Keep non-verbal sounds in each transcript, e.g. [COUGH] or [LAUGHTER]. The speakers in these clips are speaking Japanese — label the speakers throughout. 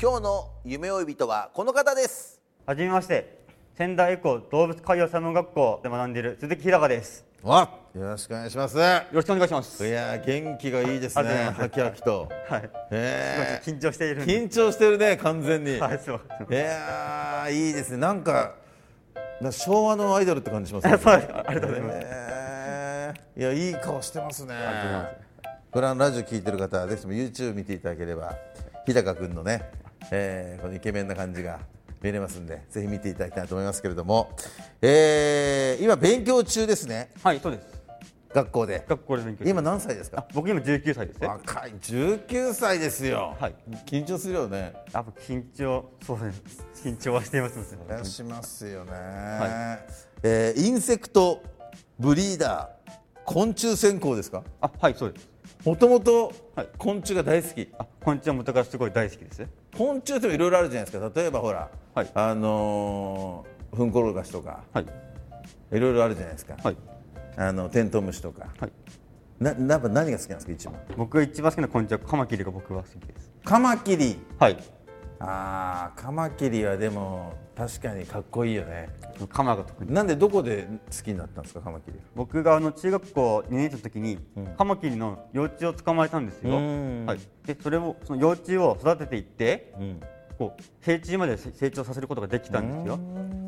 Speaker 1: 今日の夢追い人はこの方です
Speaker 2: はじめまして仙台エコ動物海洋専門学校で学んでいる鈴木日高です
Speaker 3: わよろしくお願いしますいや
Speaker 2: よろしくお願いします
Speaker 3: ー元気がいいで
Speaker 2: あ
Speaker 3: すね
Speaker 2: りがとう
Speaker 3: ハ
Speaker 2: ご
Speaker 3: キハキと
Speaker 2: はい
Speaker 3: え
Speaker 2: 緊張しているん
Speaker 3: ー、
Speaker 2: で
Speaker 3: 緊張してるね完全に、
Speaker 2: はいそう
Speaker 3: いやーいいですねなんかな昭和のアイドルって感じしますね
Speaker 2: そうありがとうございます
Speaker 3: えーいやいい顔してますねご覧のラジオ聞いてる方はぜひとも YouTube 見ていただければ日高君のね、えーこのイケメンな感じが見れますんでぜひ見ていただきたいと思いますけれども、えー今勉強中ですね
Speaker 2: はいそうです
Speaker 3: 学校で
Speaker 2: 学校で勉強して
Speaker 3: 今何歳ですか
Speaker 2: 僕今19歳ですね
Speaker 3: 若い19歳ですよ、
Speaker 2: はい
Speaker 3: 緊張するよね
Speaker 2: やっぱ緊張そうです緊張はしています
Speaker 3: しますよね、
Speaker 2: は
Speaker 3: えーインセクトブリーダー昆虫専攻ですか
Speaker 2: あはいそうです
Speaker 3: もともと
Speaker 2: はい
Speaker 3: 昆虫が大好き
Speaker 2: あ昆虫は元からすごい大好きです
Speaker 3: 昆虫っていろいろあるじゃないですか例えばほら、
Speaker 2: はい
Speaker 3: あのー、フンコロガシとか
Speaker 2: はい
Speaker 3: いろいろあるじゃないですか、
Speaker 2: はい
Speaker 3: あのテントウムシとか、
Speaker 2: はい
Speaker 3: なな何が好きなんですか一番
Speaker 2: 僕が一番好きな昆虫はカマキリが僕は好きです
Speaker 3: カマキリ
Speaker 2: はい
Speaker 3: あーカマキリはでも確かにかっこいいよね
Speaker 2: カマが特に
Speaker 3: なんでどこで好きになったんですかカマキリ
Speaker 2: 僕があの中学校2年生の時にカマキリの幼虫を捕まえたんですよ、
Speaker 3: うん
Speaker 2: はい、でそれをその幼虫を育てていって、
Speaker 3: ん
Speaker 2: こう成虫まで成長させることができたんですよ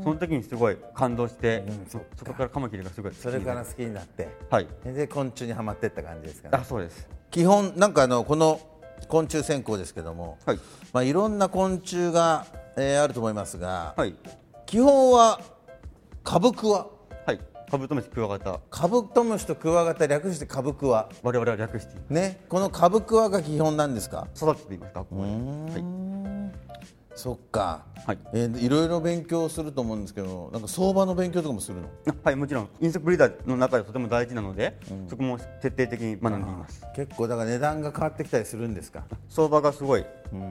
Speaker 2: その時にすごい感動して、そそこからカマキリがすごい好き
Speaker 3: それ
Speaker 2: にな
Speaker 3: か
Speaker 2: りま
Speaker 3: ら
Speaker 2: し
Speaker 3: 好きになって
Speaker 2: たはい
Speaker 3: で昆虫にはまってった感じですかね
Speaker 2: あそうです
Speaker 3: 基本なんかあのこの昆虫専攻ですけども、
Speaker 2: はい
Speaker 3: まあ、いろんな昆虫が、えーあると思いますが、
Speaker 2: はい
Speaker 3: 基本はカブクワ
Speaker 2: はいカブトムシクワガタ
Speaker 3: カブトムシとクワガタ略してカブクワ
Speaker 2: 我々は略して
Speaker 3: ねこのカブクワが基本なんですか
Speaker 2: 育てています学校ではい、
Speaker 3: そっか、
Speaker 2: はい
Speaker 3: えーいろいろ勉強すると思うんですけどなんか相場の勉強とかもするの
Speaker 2: あはい、もちろんインセクブリーダーの中でとても大事なので、そこも徹底的に学んでいます
Speaker 3: 結構だから値段が変わってきたりするんですか、
Speaker 2: 相場がすごい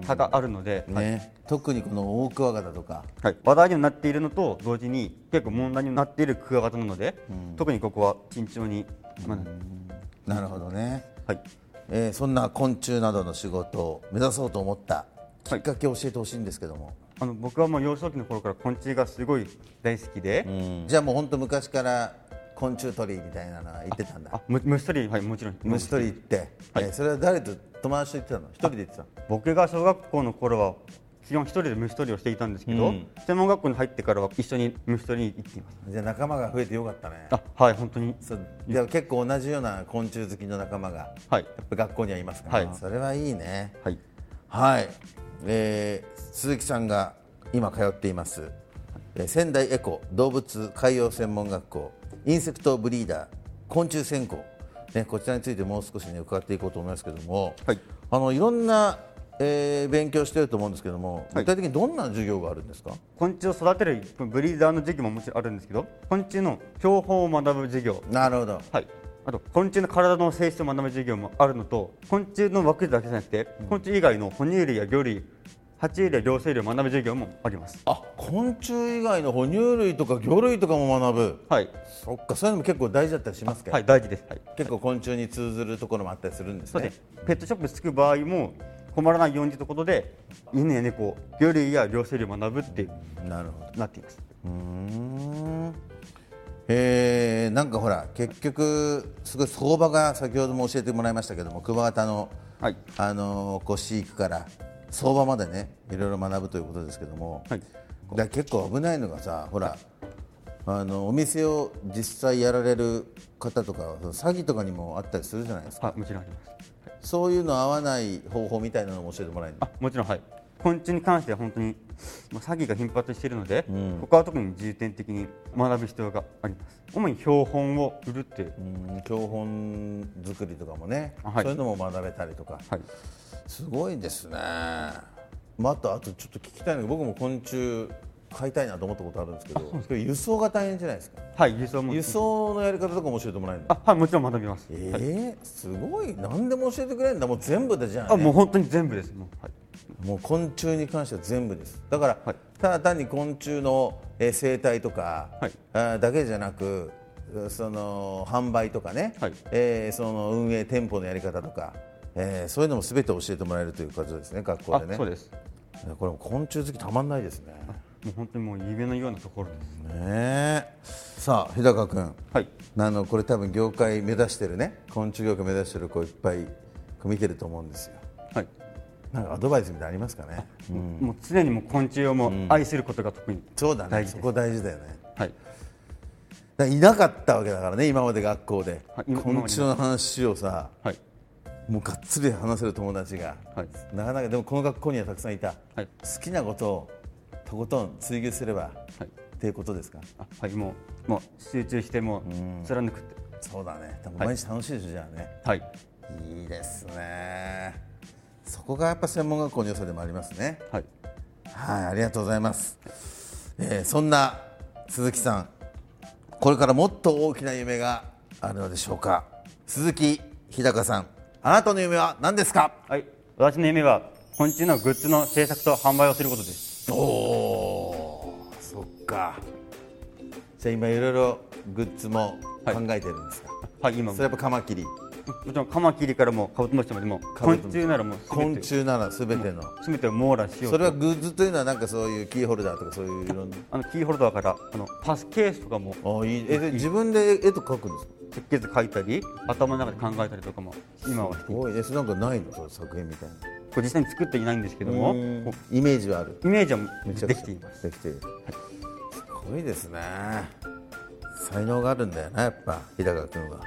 Speaker 2: 差があるので、 [LAUGHS] はい
Speaker 3: ね特にこのオオクワガタとか
Speaker 2: はい、話題にもなっているのと同時に結構問題にもなっているクワガタなので、特にここは慎重に、ま
Speaker 3: なるほどね
Speaker 2: あはい、
Speaker 3: えーそんな昆虫などの仕事を目指そうと思ったきっかけを教えてほしいんですけども、
Speaker 2: あの僕はもう幼少期の頃から昆虫がすごい大好きで、
Speaker 3: じゃあもう本当昔から昆虫取りみたいなのは行ってたんだ
Speaker 2: あむ虫取り、はい、もちろん
Speaker 3: 虫取り行って、えーそれは誰と友達と行ってたの一人で行ってたの
Speaker 2: 僕が小学校の頃は基本一人で虫取りをしていたんですけど、専門学校に入ってからは一緒に虫取りに行っています
Speaker 3: じゃあ仲間が増えてよかったね
Speaker 2: あはい本当に
Speaker 3: そうでも結構同じような昆虫好きの仲間が
Speaker 2: はい
Speaker 3: やっぱ学校にはいますから、
Speaker 2: はい
Speaker 3: それはいいね
Speaker 2: はい
Speaker 3: はい、えー鈴木さんが今通っています、えー仙台エコ動物海洋専門学校インセクトブリーダー昆虫専攻、ね、こちらについてもう少し、ね、伺っていこうと思いますけども、
Speaker 2: はい
Speaker 3: あのいろんな、えー勉強してると思うんですけども
Speaker 2: はい
Speaker 3: 具体的にどんな授業があるんですか、
Speaker 2: 昆虫を育てるブリーダーの授業ももちろんあるんですけど昆虫の標本を学ぶ授業
Speaker 3: なるほど
Speaker 2: はい、あと昆虫の体の性質を学ぶ授業もあるのと昆虫の枠だけじゃなくて昆虫以外の哺乳類や魚類爬虫類や両生類を学ぶ授業もあります
Speaker 3: あ昆虫以外の哺乳類とか魚類とかも学ぶ
Speaker 2: はい、
Speaker 3: そっかそういうのも結構大事だったりしますか、
Speaker 2: はい、大事です、はい
Speaker 3: 結構昆虫に通ずるところもあったりするんです
Speaker 2: そうで
Speaker 3: ね
Speaker 2: すペットショップに着く場合も困らないようにということで犬や猫魚類や両生類を学ぶっていう
Speaker 3: なるほど
Speaker 2: なっています
Speaker 3: えーなんかほら結局すごい相場が先ほども教えてもらいましたけどもクワガタの
Speaker 2: はい
Speaker 3: あのこう飼育から相場までねいろいろ学ぶということですけども、
Speaker 2: はい
Speaker 3: だから結構危ないのがさほらあのお店を実際やられる方とかはその詐欺とかにもあったりするじゃないですか、
Speaker 2: はいもちろんあります
Speaker 3: そういうの合わない方法みたいなのも教えてもらえるの
Speaker 2: あもちろんはい昆虫に関しては本当にまあ詐欺が頻発しているので、ここは特に重点的に学ぶ必要があります主に標本を売るっていう、
Speaker 3: うん教本作りとかもね、
Speaker 2: あはい
Speaker 3: そういうのも学べたりとか、
Speaker 2: はい、
Speaker 3: すごいですね、まあ、あとあとちょっと聞きたいのが僕も昆虫飼いたいなと思ったことあるんですけどこれ輸送が大変じゃないですか
Speaker 2: はい、輸送も
Speaker 3: 輸送のやり方とかも教えてもらえるの
Speaker 2: あはいもちろん学びます、
Speaker 3: えーすごい何でも教えてくれるんだもう全部でじゃあ、
Speaker 2: あ
Speaker 3: ね、
Speaker 2: もう
Speaker 3: も
Speaker 2: 本当に全部ですもう、はい、
Speaker 3: う昆虫に関しては全部ですだから、
Speaker 2: はい
Speaker 3: ただ単に昆虫のえー生態とか、
Speaker 2: はい
Speaker 3: あーだけじゃなくうその販売とかね、
Speaker 2: はい
Speaker 3: えーその運営店舗のやり方とか、えーそういうのも全て教えてもらえるという感じですね学校でね
Speaker 2: あそうです
Speaker 3: いやこれも昆虫好きたまんないですね。
Speaker 2: もう本当にもう夢のようなところです
Speaker 3: ねえさあ日高君、
Speaker 2: はい
Speaker 3: あのこれ多分業界目指してるね昆虫業界目指してる子いっぱい見てると思うんですよ。
Speaker 2: はい、
Speaker 3: なんかアドバイスみたいなのありますかね。
Speaker 2: もう常にもう昆虫をもう愛することが特に、
Speaker 3: そうだ
Speaker 2: 大事
Speaker 3: ね
Speaker 2: です
Speaker 3: そこ大事だよね。
Speaker 2: はい
Speaker 3: だからいなかったわけだからね今まで学校で
Speaker 2: はい今
Speaker 3: 昆虫の話をさ
Speaker 2: はい
Speaker 3: もうがっつり話せる友達が、
Speaker 2: はい
Speaker 3: なかなかでもこの学校にはたくさんいた、
Speaker 2: はい
Speaker 3: 好きなことをとことん追求すれば、
Speaker 2: はい
Speaker 3: っていうことですか。
Speaker 2: あはいもうもう集中してもう貫くって
Speaker 3: そうだね多分
Speaker 2: はい
Speaker 3: 毎日楽しいでしょ、じゃあね。
Speaker 2: はい
Speaker 3: いいですね。そこがやっぱ専門学校の良さでもありますね。
Speaker 2: はい
Speaker 3: はい、ありがとうございます。えーそんな鈴木さん、これからもっと大きな夢があるのでしょうか。鈴木日高さん、あなたの夢は何ですか。
Speaker 2: はい、私の夢は昆虫のグッズの制作と販売をすることです。
Speaker 3: おお、そっか。じゃあ今いろいろグッズも考えてるんですか。
Speaker 2: はい、今も
Speaker 3: それやっぱカマキリ、
Speaker 2: もちろんカマキリからもカブトムシまでも
Speaker 3: カ
Speaker 2: 昆
Speaker 3: ブトムシ
Speaker 2: 虫ならもう
Speaker 3: 昆虫ならすべての。
Speaker 2: すべてを網羅しよう
Speaker 3: そ
Speaker 2: と。
Speaker 3: れはグッズというのはなんかそういうキーホルダーとかそういういろんな。
Speaker 2: あのキーホルダーからあのパスケースとかも
Speaker 3: あいいえで自分で絵と描くんですか
Speaker 2: 設計図書いたり頭の中で考えたりとかも今はして
Speaker 3: すごいえそれなんかないのその作品みたいな
Speaker 2: これ実際に作っていないんですけども
Speaker 3: も
Speaker 2: こ
Speaker 3: イメージはある
Speaker 2: うイメージはも
Speaker 3: めち
Speaker 2: う
Speaker 3: ゃく
Speaker 2: で
Speaker 3: ち
Speaker 2: き
Speaker 3: ゃ
Speaker 2: ています
Speaker 3: できている、すごいですね才能があるんだよなやっぱ日高君はい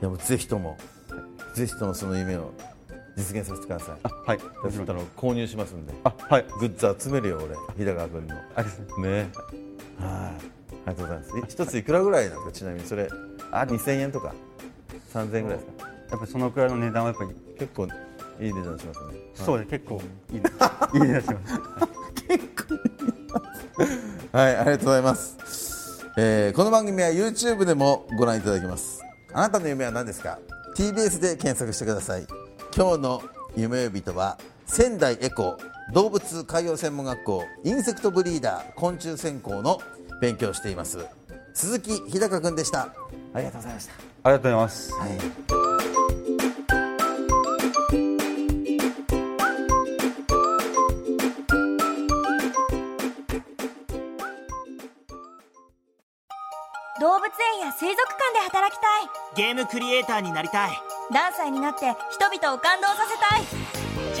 Speaker 3: やもうぜひともぜひともその夢を実現させてください
Speaker 2: あはいもち
Speaker 3: 私
Speaker 2: ろ
Speaker 3: あ
Speaker 2: ん
Speaker 3: の購入しますんで
Speaker 2: あはい
Speaker 3: グッズ集めるよ俺日高君の
Speaker 2: ありがとうございます
Speaker 3: ねはいありがとうございますえ一ついくらぐらいなんですかちなみにそれあ2000円とか3000円ぐらいですか
Speaker 2: やっぱりそのくらいの値段はやっぱり
Speaker 3: 結構いい値段しますね
Speaker 2: そうです結構いい [LAUGHS] ねいい値段します
Speaker 3: はい、ありがとうございます。えーこの番組は YouTube でもご覧いただけます。あなたの夢は何ですか ?TBS で検索してください。今日の夢呼人は仙台エコ動物海洋専門学校インセクトブリーダー昆虫専攻の勉強をしています鈴木日高くんでした。ありがとうございました。
Speaker 2: ありがとうございます
Speaker 3: はい。
Speaker 4: 動物園や水族館で働きたい
Speaker 5: ゲームクリエイターになりたい
Speaker 4: 何歳になって人々を感動させた